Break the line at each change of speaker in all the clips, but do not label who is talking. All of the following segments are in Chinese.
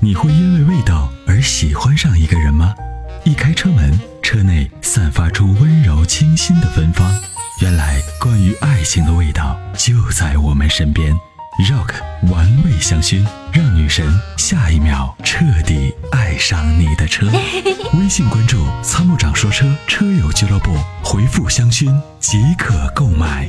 你会因为味道而喜欢上一个人吗？一开车门，车内散发出温柔清新的芬芳。原来，关于爱情的味道就在我们身边。Rock 玩味香薰，让女神下一秒彻底爱上你的车。微信关注“参谋长说车”车友俱乐部，回复“香薰”即可购买。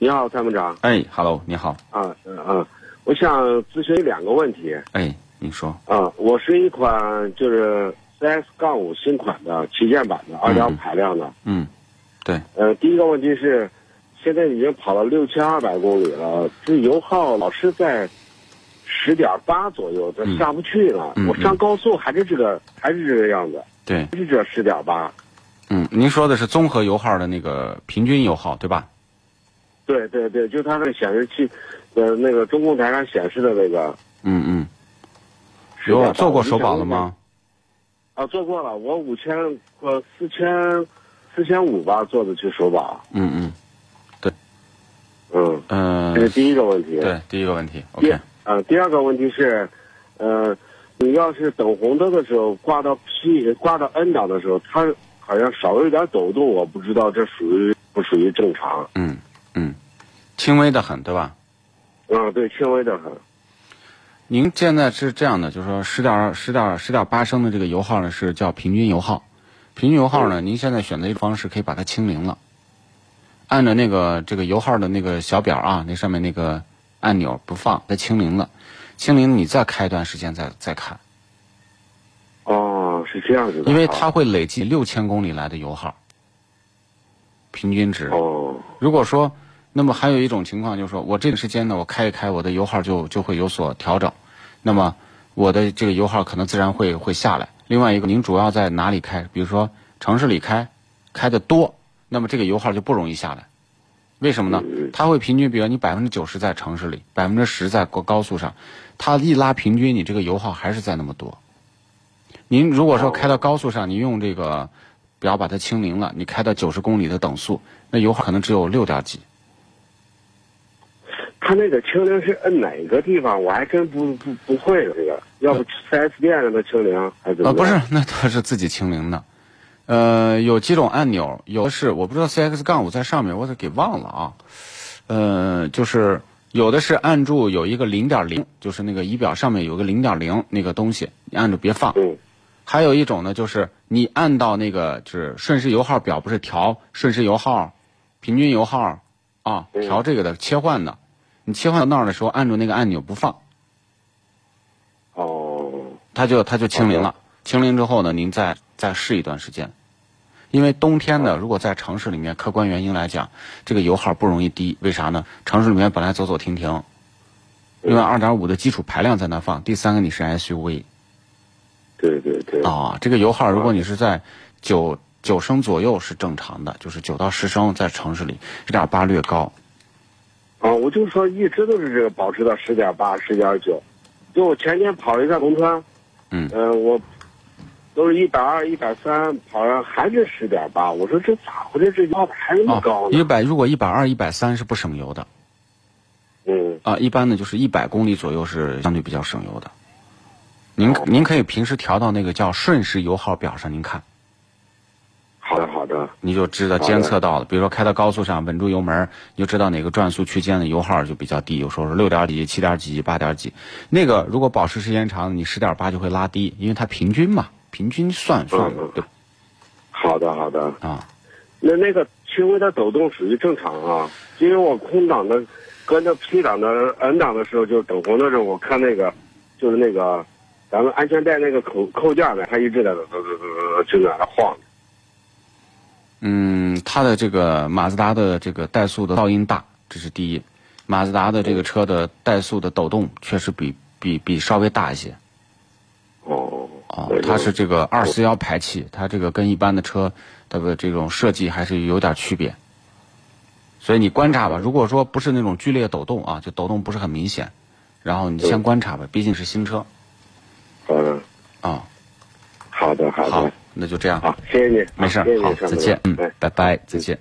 你好，参谋长。
哎，Hello，你好。
啊，嗯嗯，我想咨询两个问题。
哎，你说。
啊，我是一款就是 CS 杠五新款的旗舰版的二点排量的。
嗯，对。
呃，第一个问题是，现在已经跑了六千二百公里了，这油耗老是在十点八左右，这下不去了。
嗯嗯
我上高速还是这个，还是这个样子，
对，
还是这十点八。
嗯，您说的是综合油耗的那个平均油耗，对吧？
对对对，就它那显示器，呃，那个中控台上显示的那个
嗯嗯。
十点
有
八。
做过手
我就想
保了
问
吗？
啊，做过了，我五千呃四千四千五吧做的去首保，
嗯嗯
嗯，
嗯、
这是第一个问题。
对，第一个问题
第
，OK
啊、。第二个问题是，呃，你要是等红灯的时候挂到 P 挂到 N 档的时候，它好像稍微有点抖动，我不知道这属于不属于正常。
嗯嗯，轻微的很，对吧？
嗯，对，轻微的很。
您现在是这样的，就是说十点十点十点八升的这个油耗呢是叫平均油耗，平均油耗呢，您现在选择一种方式可以把它清零了，按照那个这个油耗的那个小表啊，那上面那个按钮不放，它清零了，清零你再开一段时间再再看，
哦，是这样子的。啊
因为
好
它会累计六千公里来的油耗，平均值。
哦
如果说，那么还有一种情况就是说，我这个时间呢，我开一开，我的油耗就就会有所调整，那么我的这个油耗可能自然会会下来。另外一个，您主要在哪里开？比如说城市里开，开的多，那么这个油耗就不容易下来。为什么呢？它会平均，比如你百分之九十在城市里，百分之十在高高速上，它一拉平均，你这个油耗还是在那么多。您如果说开到高速上，你用这个表把它清零了，你开到九十公里的等速，那油耗可能只有六点几。
它那个清零是摁哪个地方？我还真不不不会这个，要不四 S 店让它清零还是怎么样？
呃，不是，那都是自己清零的。呃，有几种按钮，有的是我不知道 CX 杠五在上面，我得给忘了啊。呃，就是有的是按住有一个零点零，就是那个仪表上面有个零点零那个东西，你按住别放。
嗯
还有一种呢，就是你按到那个就是瞬时油耗表，不是调瞬时油耗、平均油耗啊，
嗯
调这个的切换的。你切换到那儿的时候，按住那个按钮不放，
哦。
它就它就清零
好
了。清零之后呢，您再再试一段时间，因为冬天呢，如果在城市里面，客观原因来讲，这个油耗不容易低。为啥呢？城市里面本来走走停停，另外二点五的基础排量在那放，第三个你是 SUV
对对对。
啊，这个油耗如果你是在九九升左右是正常的，就是九到十升在城市里，一点八略高。
啊，我就说一直都是这个保持到十点八、十点九，就我前天跑了一下农村，
嗯
呃，我都是一百二、一百三，跑上还是十点八，我说这咋回事？这腰还那么高
哦啊一
呢？
百如果一百二、一百三是不省油的
嗯，
啊，一般呢就是一百公里左右是相对比较省油的。您您可以平时调到那个叫瞬时油耗表上，您看
好的好的，
你就知道
好的
监测到了。比如说开到高速上，稳住油门，你就知道哪个转速区间的油耗就比较低，有时候是六点几、七点几、八点几。那个如果保持时间长，你十点八就会拉低，因为它平均嘛，平均算算
嗯嗯
对吧
好的好的。
啊。
那那个轻微的抖动属于正常啊，因为我空档的跟着 P 档的 N 档的时候，就是等红的时候，我看那个就是那个咱们安全带那个扣扣件呢，它一直在那那那那就在那晃。
嗯，它的这个马自达的这个怠速的噪音大，这是第一。马自达的这个车的怠速的抖动确实比比比稍微大一些
哦，
啊
对，
它是这个二四幺排气，它这个跟一般的车它的这种设计还是有点区别。所以你观察吧，如果说不是那种剧烈抖动啊，就抖动不是很明显，然后你先观察吧，毕竟是新车
好的，
啊。
嗯好的，好
好
的，，
那就这样，
好，谢谢你，
没事儿
谢谢，你
好，
上次
再见，嗯
哎，
拜拜，再见。